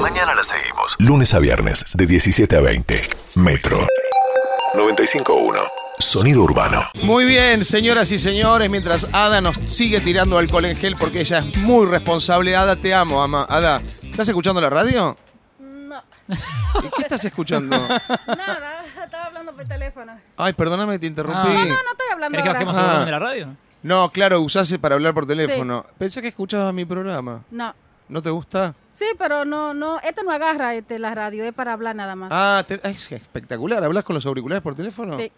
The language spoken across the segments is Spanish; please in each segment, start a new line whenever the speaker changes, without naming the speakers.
Mañana la seguimos. Lunes a viernes, de 17 a 20. Metro. 95.1. Sonido urbano.
Muy bien, señoras y señores, mientras Ada nos sigue tirando alcohol en gel porque ella es muy responsable. Ada, te amo, ama. Ada, ¿estás escuchando la radio?
No,
¿Y ¿Qué estás escuchando?
nada, estaba hablando por teléfono.
Ay, perdóname que te interrumpí.
No, no, no estoy hablando
¿Querés que
ahora.
bajemos
Ah.
el volumen de la radio?
No, claro, usase para hablar por teléfono. Pensé que escuchabas mi programa.
No,
¿No te gusta?
sí, pero no, no, esto no agarra este, la radio, es para hablar nada más.
Ah, te- ay, es espectacular. ¿Hablas con los auriculares por teléfono?
Sí.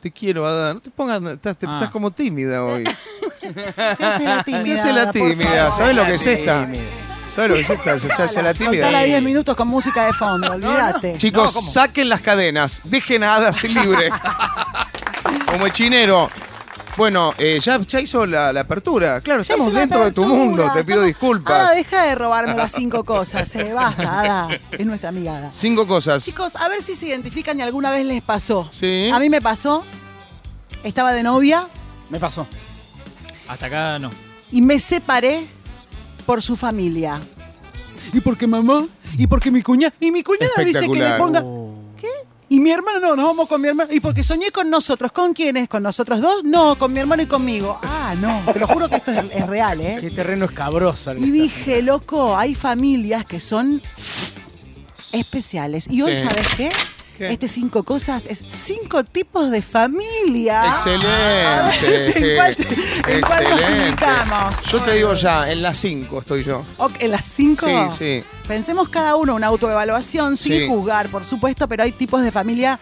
Te quiero, Ada. No te pongas. Estás, te-
Ah.
estás como tímida hoy.
Se hace la tímida.
Se hace la
por
tímida.
favor.
¿Sabes lo que es esta? ¿Sabes lo que es esta? Se hace la
Soltala
tímida.
10 minutos con música de fondo, olvídate.
Chicos,
No, ¿cómo?
saquen las cadenas. Dejen a Ada ser libre. como el chinero. Bueno, eh, ya, ya hizo la, la apertura. Claro,
Ya
estamos
hice una
dentro de tu
apertura,
mundo. Te pido
estamos-
disculpas.
Ada, deja de robarme las cinco cosas, eh, basta, Ada. Es nuestra amiga Ada.
Cinco cosas.
Chicos, a ver si se identifican y alguna vez les pasó.
Sí.
A mí me pasó, estaba de novia
Me pasó. Hasta acá no.
y me separé por su familia. ¿Y porque mamá? ¿Y porque mi cuñada? Y mi cuñada dice que le
Espectacular.
ponga...
Oh.
¿Qué? ¿Y mi hermano? No, nos vamos con mi hermano. ¿Y porque soñé con nosotros? ¿Con quiénes? ¿Con nosotros dos? No, con mi hermano y conmigo. Ah, no. Te lo juro que esto es, es real, ¿eh?
Qué terreno escabroso. el que
Y
estás
dije, loco, hay familias que son especiales. Y hoy,
Sí.
¿sabes qué?
¿Qué?
Este cinco cosas es cinco tipos de familia. A ver si
Excelente.
ah, en cuál, en cuál nos ubicamos.
Yo te digo ya, en las 5 estoy yo.
Ok, en las cinco.
Sí, sí.
Pensemos cada uno una autoevaluación, sin
Sí.
juzgar, por supuesto, pero hay tipos de familia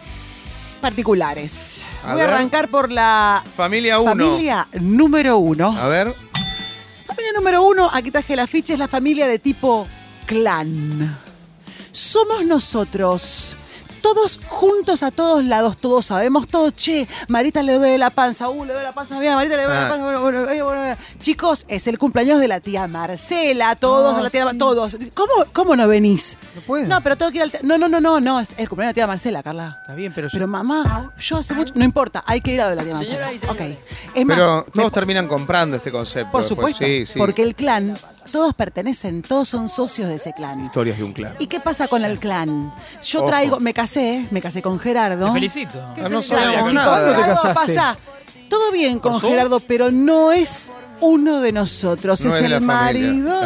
particulares.
A
Voy a
ver.
arrancar por la
Familia 1.
familia número uno.
A ver.
Familia número uno, aquí traje el afiche, es la familia de tipo clan. Somos nosotros. Todos juntos a todos lados, todos sabemos todo. Che, Marita le duele la panza, uh, le duele la panza, mira, Marita le duele
Ah.
la panza. Bueno, bueno, bueno, bueno. Chicos, es el cumpleaños de la tía Marcela, todos, de la tía, todos. ¿Cómo, ¿Cómo no venís?
Ah, No puedo.
No, pero tengo que ir al. te- No, no, no, no, no, es el cumpleaños de la tía Marcela, Carla.
Está bien, pero yo...
Pero mamá, yo hace mucho. No importa, hay que ir a la tía Marcela. Ok. Es más,
Pero
me-
todos terminan comprando este concepto.
por
después.
supuesto,
Sí, sí.
porque el clan, todos pertenecen, todos son socios de ese clan.
Historias de un clan.
¿Y qué pasa con el clan? Yo
Ojo.
traigo, me casé, me casé con Gerardo.
Te felicito.
Ah, no
Gracias,
sabemos
chicos.
nada.
te
Algo
casaste?
pasa. Todo bien con
¿Pasó?
Gerardo, pero no es uno de nosotros,
No
es,
es de la
el
familia.
marido.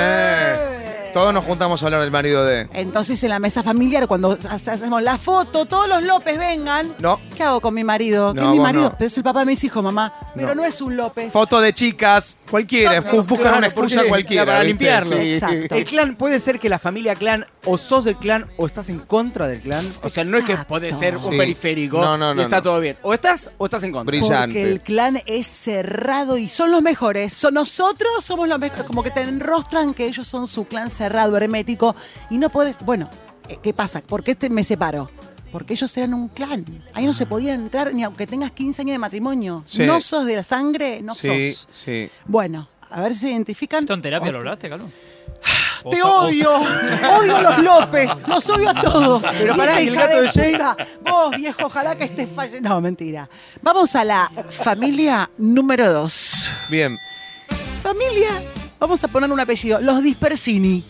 Eh. Todos nos juntamos a hablar del marido de.
Entonces en la mesa familiar, cuando hace- hacemos la foto, todos los López vengan.
No.
¿Qué hago con mi marido? ¿Qué
No,
es mi
vos
marido?
no.
Pero es el papá de mis hijos, mamá. Pero
No.
no, es un López.
Foto de chicas, cualquiera.
No,
bu- Buscan
claro,
una excusa
porque-
cualquiera.
para
¿viste?
limpiarlo.
Sí.
Exacto.
El clan puede ser que la familia clan o sos del clan o estás en contra del clan. O sea, no es que
Exacto.
podés ser un
Sí.
periférico
No, no, no,
y está
no.
todo bien. O estás o estás en contra.
Brilla- brillante.
Porque el clan es cerrado y son los mejores. Son- nosotros somos los mejores. Como que te enrostran que ellos son su clan cerrado, hermético. Y no puedes. Bueno, eh, ¿qué pasa? ¿Por qué te- me separo? Porque ellos eran un clan. Ahí no se podía entrar ni aunque tengas 15 años de matrimonio.
Sí.
No sos de la sangre, no
Sí,
sos.
sí.
Bueno, a ver si se identifican.
¿Esto en terapia lo hablaste, Calum?
Oh. Ah, Te odio, odio a los López, los odio a todos.
Pero
Vieja
pará, ¿y el
hija
gato de Jane?
puta. Vos, viejo, ojalá que estés falle. No, mentira. Vamos a la familia número dos.
Bien.
Familia, vamos a poner un apellido, los Dispersini.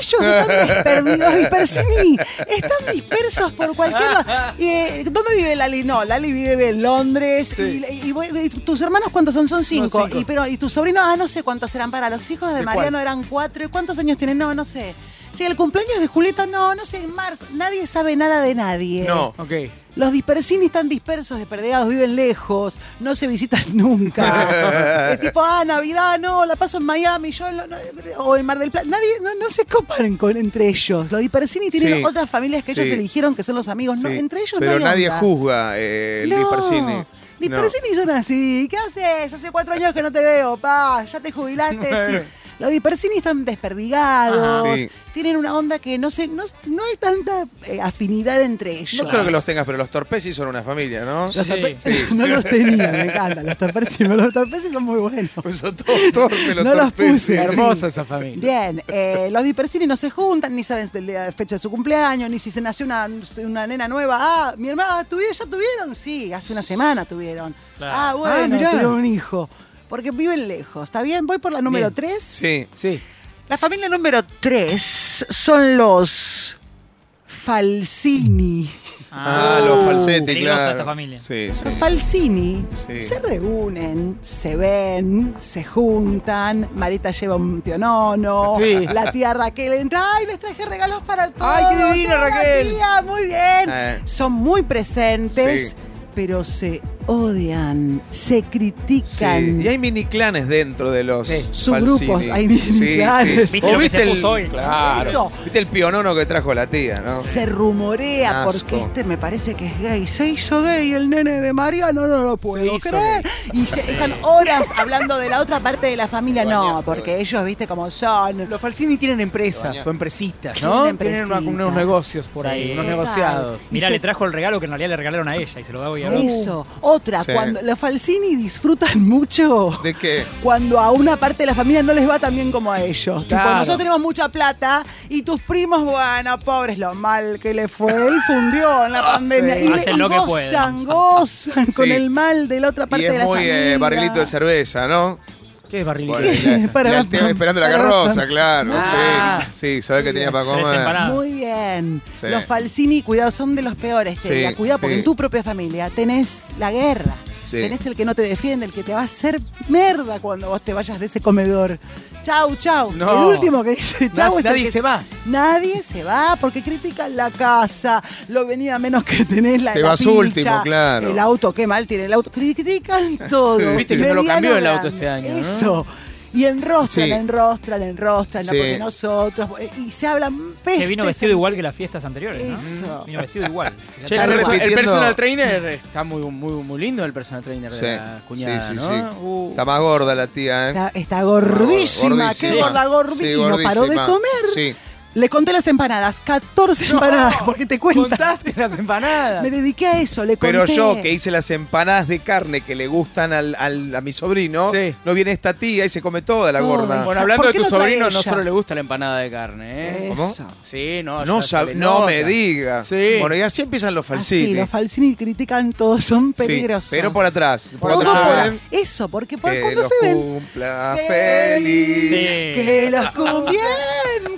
Ellos están dispersos, los Dispersini, están dispersos por cualquier lado. Y, eh, ¿Dónde vive Lali? No, Lali vive en Londres.
Sí.
Y, y vos- y tus hermanos cuántos son? Son cinco.
cinco.
Y, pero, y tus sobrinos, ah, no sé cuántos eran. Para los hijos de,
¿De
Mariano
cuál?
eran cuatro. ¿Y cuántos años tienen? No, no sé. Sí, el cumpleaños de Julieta, no, no sé, en marzo. Nadie sabe nada de nadie.
No.
Ok.
Los dispersini están dispersos, desperdigados, viven lejos, no se visitan nunca. Es tipo, ah, Navidad, no, la paso en Miami, yo en lo- no, o en Mar del Plata. Nadie, no, no se copan con, entre ellos. Los dispersini tienen
Sí,
otras familias que
sí.
ellos eligieron, que son los amigos. no,
Sí.
entre ellos
Pero
no hay
nadie
onda.
juzga eh, el
No,
Dispersini. No.
Dispersini son así. ¿Qué haces? Hace cuatro años que no te veo, pa. Ya te jubilaste. sí. Los dispersini están desperdigados.
Ajá. Ah, Sí.
Tienen una onda que no sé, no, no hay tanta eh, afinidad entre ellos.
No creo que los tengas, pero los torpesi son una familia, ¿no?
Los
Sí.
torpe- no los tenía, me encanta. Los torpes, los torpes son muy buenos.
Pues son todos torpes los
No los
torpesi.
puse.
Hermosa esa familia.
Bien, eh, los dispersini no se juntan, ni saben del día- fecha de su cumpleaños, ni si se nació una, una nena nueva. Ah, mi hermana, ah, ¿tuvieron? ¿Ya tuvieron? Sí, hace una semana tuvieron.
Claro.
Ah, bueno,
Ah, mirá.
tuvieron un hijo. Porque viven lejos, ¿está bien? Voy por la número
Bien.
3.
Sí.
Sí.
La familia número 3 son los Falsini.
Ah,
Uh.
los falsetes,
uh, Peligrosa
claro.
esta familia.
Sí, sí.
Los Falsini
Sí.
se reúnen, se ven, se juntan. Marita lleva un pionono.
Sí.
La tía Raquel entra. ¡Ay, les traje regalos para todos!
¡Ay, qué divino,
¡Hola,
Raquel!
tía! ¡Muy bien!
Eh.
Son muy presentes,
Sí.
pero se odian, se
Sí,
critican.
Y hay mini clanes dentro de los
Sí.
Subgrupos,
Falsini.
hay miniclanes.
¿Viste lo que se puso hoy?
Claro.
Eso.
¿Viste el pionono que trajo la tía, no?
Se rumorea
Asco.
porque este me parece que es gay. Se hizo gay el nene de Mariano, no lo puedo
hizo
creer. Y se- están horas hablando de la otra parte de la familia. No,
Bañaste,
porque ellos, viste, como son.
Los Falsini tienen empresas
Baña.
o empresitas,
Tienen
¿no? Tienen una-
empresitas.
unos negocios por ahí,
Sí.
unos
Total.
negociados.
Y
Mirá,
se-
le trajo el regalo que en realidad le regalaron a ella y se lo da hoy a ver.
Eso. Otra,
Sí.
cuando los Falsini disfrutan mucho.
¿De qué?
Cuando a una parte de la familia no les va tan bien como a ellos. Tipo,
Claro.
nosotros tenemos mucha plata y tus primos, bueno, pobres, lo mal que le fue. Él fundió en la pandemia. Y, le-
Hacen
y
lo que
gozan,
pueden.
gozan con
Ah, Sí.
el mal de la otra parte
Y es
de la
muy
familia.
eh, barrilito de cerveza, ¿no?
¿Qué es barrilito?
Bueno, la-
Para
la-
Batman,
esperando la
para
carroza,
Batman.
claro.
Ah.
Sí, sí, sabés que tenía para
Tres
comer.
empanadas.
Muy bien.
Sí.
Los falsini, cuidado, son de los peores. te
Sí,
diría. cuidado, porque
sí.
en tu propia familia tenés la guerra.
Sí.
Tenés el que no te defiende, el que te va a hacer merda cuando vos te vayas de ese comedor. Chau, chau.
No.
El último que dice chau
Nadie-
es el
nadie
que-
se va.
Nadie se va porque critican la casa, lo venía menos que tenés la
Te
la
vas
pincha,
último, claro.
El auto, qué mal tiene el auto. Critican todo.
Viste que no lo
mediano
cambió el auto
grande.
este año, ¿no?
Eso. Y enrostran,
Sí.
enrostran, enrostran, no,
Sí.
porque nosotros. eh, Y se hablan pestes.
Se vino vestido igual que las fiestas anteriores, ¿no?
este Eso.
Vino vestido igual.
Che,
Está
el, perso- el
repitiendo-
personal trainer está muy, muy, muy lindo, el personal trainer
Sí,
de la cuñada,
sí, sí,
¿no?
sí.
Uh.
Está más gorda la tía, ¿eh?
Está, está gordísima,
Gordísima.
qué gorda, gordísima.
Sí,
Y no paró de
gordísima.
comer.
Sí.
Le conté las empanadas, 14 empanadas, porque te cuento.
Contaste las empanadas.
Me dediqué a eso, le
Pero
conté.
yo, que hice las empanadas de carne que le gustan al, al- a mi sobrino,
Sí.
no viene esta tía y se come toda la
Todo.
gorda.
Bueno, hablando
¿Por
de
qué
tu
no trae
sobrino,
ella?
no solo le gusta la empanada de carne, ¿eh?
Eso.
¿Cómo?
Sí, no,
No,
ya se
sab-
le
no
nota.
me digas.
Sí.
Bueno, y así empiezan los falsini.
Así, los falsini critican todos, son
Sí,
peligrosos.
pero por atrás. Por
Todo
atrás.
por
se
a-
ven.
Eso, porque por,
que
cuando
los
se ven.
cumpla feliz.
Que los cumbien.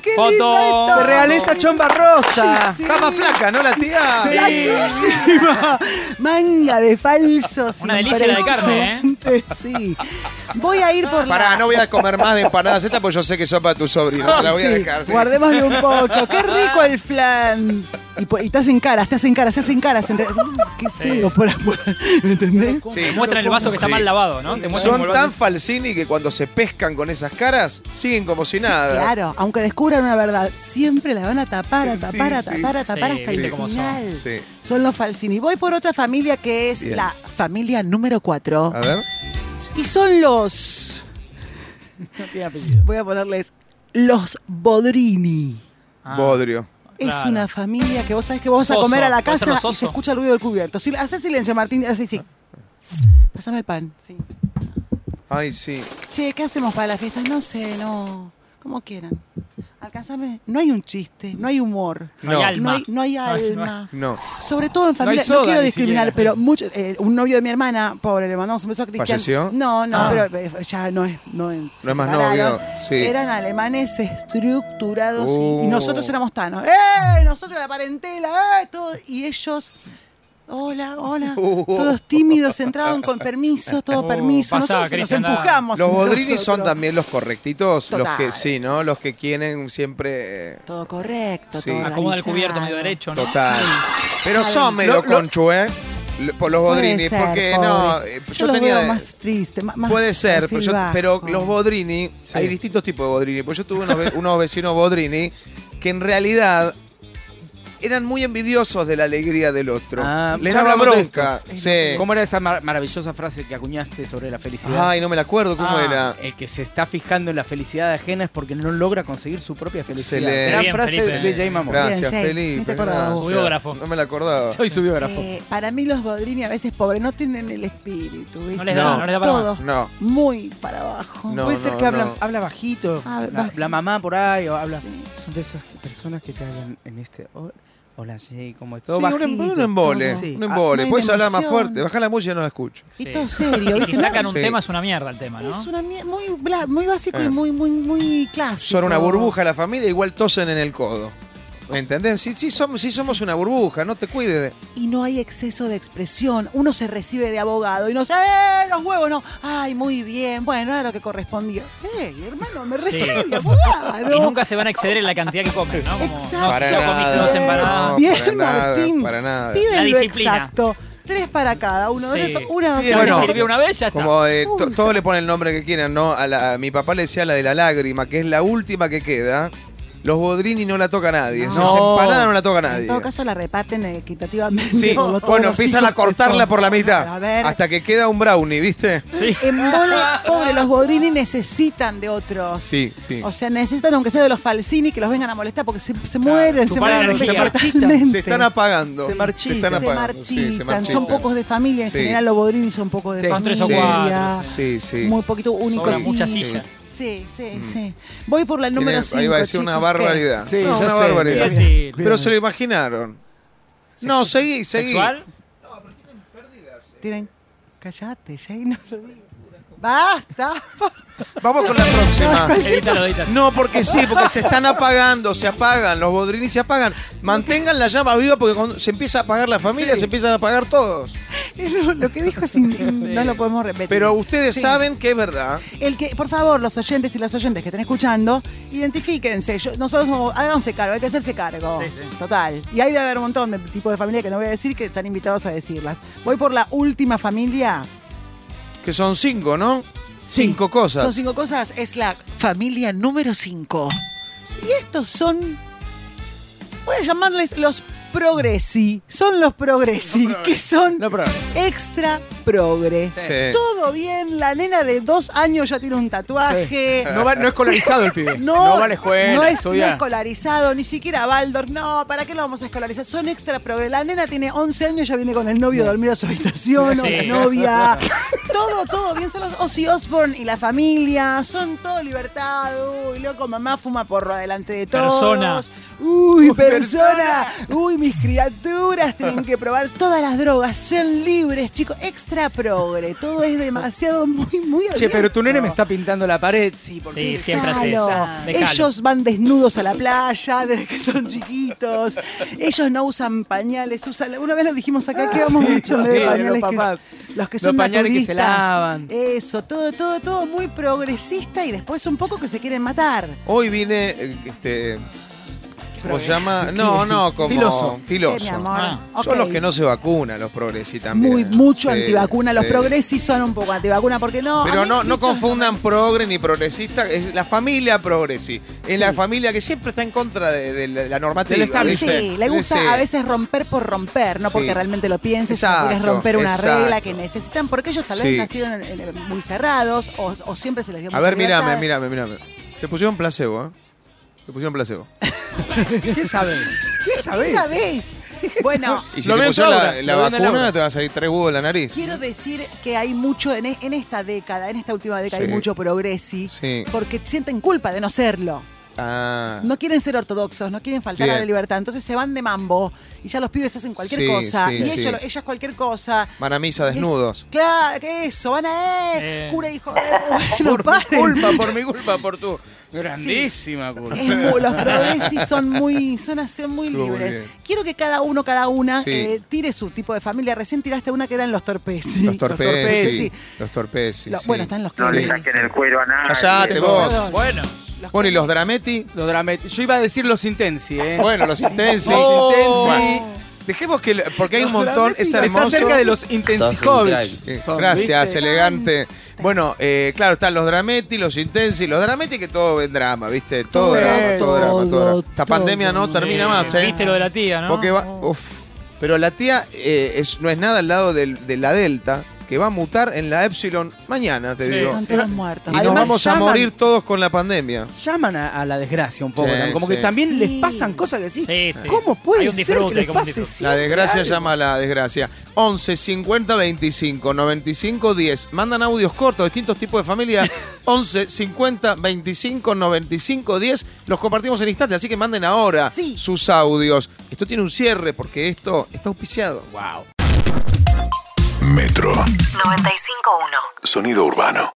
Qué
Foto.
linda
Te regalé esta chomba rosa.
Sí.
Está más flaca, ¿no, la tía?
Sí.
Flaquísima. Manga de falsos.
Una delicia la de carne,
¿eh? Sí. Voy a ir por
Pará,
la...
no voy a comer más de empanadas estas porque yo sé que son para tu sobrino. te la voy a
Sí,
dejar. sí.
Guardémosle un poco. Qué rico el flan. Y, po- y te hacen caras, te hacen caras, se hacen caras. entre- Qué feo, por, por- ¿me entendés?
Sí.
Te Eh, muestran el vaso que está
Sí.
mal lavado, ¿no? Te muestran
Son
el
tan
vaso-
falsini que cuando se pescan con esas caras, siguen como si
Sí,
nada.
claro, aunque descubran una verdad, siempre la van a tapar, a
Sí,
tapar, a
sí.
tapar, a tapar
Sí,
hasta
viste
el
cómo son.
final.
Sí.
Son los Falsini. Voy por otra familia que es
Bien.
la familia número 4.
A ver.
Y son los. Voy a ponerles. Los Bodrini.
Ah,
Bodrio.
Es
Claro.
una familia que vos sabés que vos vas a
Oso,
comer a la
puede ser
casa
los
y se
oso.
escucha el ruido del cubierto. Sí, hacé silencio, Martín. Así, sí. Pásame el pan. Sí.
Ay, sí.
Che, ¿qué hacemos para la fiesta? No sé, no. Como quieran. Alcanzame. No hay un chiste, no hay humor.
No hay
No.
alma.
No hay, no hay
No hay- no hay-
alma.
No.
Sobre todo en familia, no,
soda
quiero
ni
discriminar,
siquiera.
pero mucho, eh, un novio de mi hermana, pobre, le mandamos un beso a Cristian.
¿Falleció?
No, no,
Ah.
pero eh, ya no es. No, es
No es más
separaron.
novio, sí.
Eran alemanes estructurados y- y,
Uh.
nosotros éramos tanos. ¡Eh! Nosotros la parentela, ¡eh! Todo, y ellos. Hola, hola.
Uh.
Todos tímidos, entraban con permiso, todo
Uh,
permiso.
pasá,
nosotros se nos
Cristian, dale.
empujamos.
Los
entre
bodrini son
nosotros.
también los correctitos, los
Total.
que sí, ¿no? Los que quieren siempre eh,
Todo correcto,
Sí.
todo
Acomoda el
organizado.
cubierto medio derecho, ¿no?
total. Pero son
Lo-
medio
lo-
conchu, ¿eh? Lo- Por los
Puede
bodrini,
ser,
porque
pobre.
no, eh, yo,
los
tenía
veo más triste, ma- más
Puede ser, pero,
perfil
yo- pero
bajo.
los Bodrini, hay distintos tipos de Bodrini. Pues yo tuve unos, ve- unos vecinos Bodrini que en realidad eran muy envidiosos de la alegría del otro.
Ah,
Les
ya
daba
hablamos de esto.
bronca.
Es
Sí.
¿Cómo era esa mar- maravillosa frase que acuñaste sobre la felicidad?
Ay, no me la acuerdo cómo
Ah,
era.
El que se está fijando en la felicidad ajena es porque no logra conseguir su propia felicidad.
Excelente.
Gran
Bien,
frase
Felipe.
de Jay Mamón.
Eh, Gracias,
Jay,
Felipe.
no te acordabas
gracias.
vos.
Biógrafo.
No me la acordaba.
Soy su biógrafo.
Eh, para mí los Bodrini a veces pobres no tienen el espíritu. ¿viste?
No les
da,
Son
no
les da para
todos
No.
Muy para abajo.
No,
Puede ser que habla,
no.
habla bajito,
Ah,
la,
baj-
la mamá por ahí, o habla... Son de esas personas que te hablan en este... hor- Hola, Jay, ¿cómo estás?
Sí, un, em- un embole.
todo.
Un
Ah,
no
embole.
hay
Puedes hablar más
emoción.
fuerte. Baja la música y no la escucho.
Y
Sí.
todo serio.
Y
¿viste?
si sacan un
Sí.
tema es una mierda el tema, ¿no?
Es una mie- muy, bla- muy básico y muy, muy, muy clásico.
Eh. Son una burbuja la familia, igual tosen en el codo. ¿Me entendés? Sí, sí, somos, sí somos una burbuja, no te cuides de.
Y no hay exceso de expresión. Uno se recibe de abogado y no se ¡eh, los huevos! No, ¡ay, muy bien! Bueno, era lo que correspondió. ¡Ey, hermano, me recibo!
Y nunca se van a exceder en la cantidad que comen, ¿no? Como,
Exacto.
No,
Para
yo comiste
nada.
dos
Bien,
empanadas.
No,
Bien,
para nada,
Martín.
para nada.
Piden
La
lo
disciplina.
exacto. Tres para cada uno.
Sí.
De eso, una no
Sí,
se
Ya
la
te
bueno.
sirve.
sirvió una vez, ya está.
Como eh, to-
Uy.
todos le ponen el nombre que quieran, ¿no? A, la- a mi papá le decía la de la lágrima, que es la última que queda. Los Bodrini no la toca nadie.
No.
Esa empanada no la toca
En
nadie.
todo caso la reparten equitativamente.
Sí,
por lo- todos
bueno,
los
empiezan
hijos
a
que
cortarla
son.
por la mitad.
A ver,
Hasta que queda un brownie, ¿viste?
Sí.
en vole, pobre, los Bodrini necesitan de otros.
Sí, sí.
O sea, necesitan, aunque sea de los Falsini, que los vengan a molestar porque se, se mueren, se
chupar
mueren
energía.
totalmente.
Se están apagando.
Se marchitan.
están
Se
apagando. sí, se
marchitan, son
marchitan.
pocos de familia, en
Sí.
general los Bodrini son pocos de
Sí.
Son tres o
familia,
cuatro,
Sí, sí.
muy poquito únicos.
Sobran muchas
hijos.
sillas.
Sí, sí, sí. Voy por la número
Mm. Tiene-
5.
Ahí va a decir una barbaridad.
Sí,
No,
ya
una
sé.
barbaridad.
Sí, sí.
Pero se lo imaginaron. No, seguí, seguí.
¿Sexual?
Tienen. Callate, Jay, no lo digas. Basta.
Vamos con la próxima.
Edítalo, edítalo.
No, porque sí, porque se están apagando, se apagan, los bodrinis se apagan. Mantengan la llama viva porque cuando se empieza a apagar la familia, se empiezan a apagar todos.
Lo, lo que dijo es in- in- no lo podemos repetir.
Pero ustedes
Sí.
saben que es verdad.
El que, por favor, los oyentes y las oyentes que estén escuchando, identifíquense. Yo- nosotros somos- háganse cargo, hay que hacerse cargo.
Sí, sí.
Total. Y hay de haber un montón de tipos de familia que no voy a decir que están invitados a decirlas. Voy por la última familia.
Que son cinco, ¿no? Cinco cosas.
Son cinco cosas. Es la familia número cinco. Y estos son. Voy a llamarles los progresi. Son los progresi, que son
No, pero.
extra progre.
Sí.
Todo bien, la nena de dos años ya tiene un tatuaje.
No, va, no es colarizado el pibe.
No,
va a la escuela.
no es, no
estudia.
es escolarizado, ni siquiera Baldor. No, ¿para qué lo vamos a escolarizar? Son extra progre. La nena tiene 11 años y ya viene con el novio a dormir a su habitación, o
Sí.
la novia. todo, todo bien. Son los Ozzy Osbourne y la familia. Son todo libertad. Uy, loco, mamá fuma porro adelante de todos.
Persona.
Uy, persona. Uy, mis criaturas tienen que probar todas las drogas. Sean libres, chicos. Extra progre. Todo es demasiado, muy, muy
Che, pero tu nene me
abierto.
está pintando la pared. Sí, porque.
Sí, siempre hace eso.
Claro.
Dejalo.
Ellos van desnudos a la playa desde que son chiquitos. Ellos no usan pañales. Usan, una vez lo dijimos acá que vamos
sí,
mucho
sí,
de
los
pañales. que-
papás.
los que
Los
son
pañales que se
naturistas.
lavan.
Eso, todo, todo, todo muy progresista y después un poco que se quieren matar.
Hoy vine, eh, este. ¿Cómo se llama? No, no, como.
Filoso.
Eh, mi
Filoso.
amor.
Ah.
Ok.
Son los que no se vacunan, los progresi también.
Muy, mucho
Sí,
antivacuna. Los
sí.
progresis son un poco antivacuna porque no. a
Pero
mí
no, no
dichos-
confundan progre ni progresista, es la familia progresi, es la familia que siempre está en contra de, de la, la normativa.
Del
Y
establishment.
¿viste?
Sí, le gusta
Sí.
a veces romper por romper, no
Sí.
porque realmente lo pienses, sino porque es
Exacto,
romper una
exacto.
regla que necesitan, porque ellos tal vez
Sí.
nacieron en- en- muy cerrados o, o siempre se les dio
A
mucha
ver, mírame,
libertad.
mírame, mírame. Te pusieron placebo, ¿eh? Te pusieron placebo.
¿Qué sabes? ¿Qué
¿Qué
sabes?
sabés? Bueno,
Y si
Lo
te
veo en
pusieron
Laura,
la, la
lo veo en
vacuna,
Laura.
te va a salir tres huevos de la nariz.
quiero decir que hay mucho, en, e- en esta década, en esta última década,
Sí.
hay mucho progresi,
Sí.
porque sienten culpa de no serlo.
Ah.
No quieren ser ortodoxos, no quieren faltar a la
Bien.
libertad, entonces se van de mambo y ya los pibes hacen cualquier
Sí,
cosa,
sí,
y
sí.
ellos, lo- ellas cualquier cosa,
Van a misa desnudos.
Es- claro, que eso, van a
Eh.
eh, cura hijo de bueno, paren.
Culpa, por mi culpa, por tu. Grandísima culpa.
Es muy- los progresis son muy, son así, son muy
Estuvo muy
libres.
bien.
Quiero que cada uno, cada una,
Sí.
eh, tire su tipo de familia. Recién tiraste una que eran los torpes.
Los torpes,
torpes,
sí.
sí.
Los torpes, sí,
Lo-
sí.
Bueno, están los
No le
que-
saquen el cuero a nadie.
Callate vos.
Perdón.
Bueno.
los
Bueno, ¿y los drameti?
Los dramet- Yo iba a decir los intensi, ¿eh?
Bueno, los intensi.
Los
Bueno,
intensi.
Dejemos que... Porque hay un
Los
montón,
drameti
es
no-
hermoso.
Está cerca de los intensijovic.
Sí, Gracias, elegante. Bueno, eh, claro, están los Drameti, los Intensi, los Drameti que todo es drama, ¿viste? Todo
Todo,
drama, todo drama, todo drama.
todo,
Esta pandemia no
todo.
termina más, ¿eh?
Viste lo de la tía, ¿no?
Porque va.
Oh.
uf. Pero la tía eh, es, no es nada al lado del- de la Delta, que va a mutar en la Epsilon mañana, te
Sí.
digo.
Están todos muertos.
Y nos
Además,
vamos a
llaman-
morir todos con la pandemia.
Llaman a, a la desgracia un poco.
Sí,
¿no? Como
sí.
que también
Sí.
les pasan cosas que sí.
Sí, sí.
¿Cómo
Hay
puede
un
ser que
disfrute,
les
hay como un
pase
disfrute.
siempre
La desgracia
algo?
llama a la desgracia. 11 50 25 95 10. Mandan audios cortos, distintos tipos de familia. 11 50 25 95 10. Los compartimos en instante, así que manden ahora
Sí.
sus audios. Esto tiene un cierre porque esto está auspiciado.
Metro.
951.
Sonido urbano.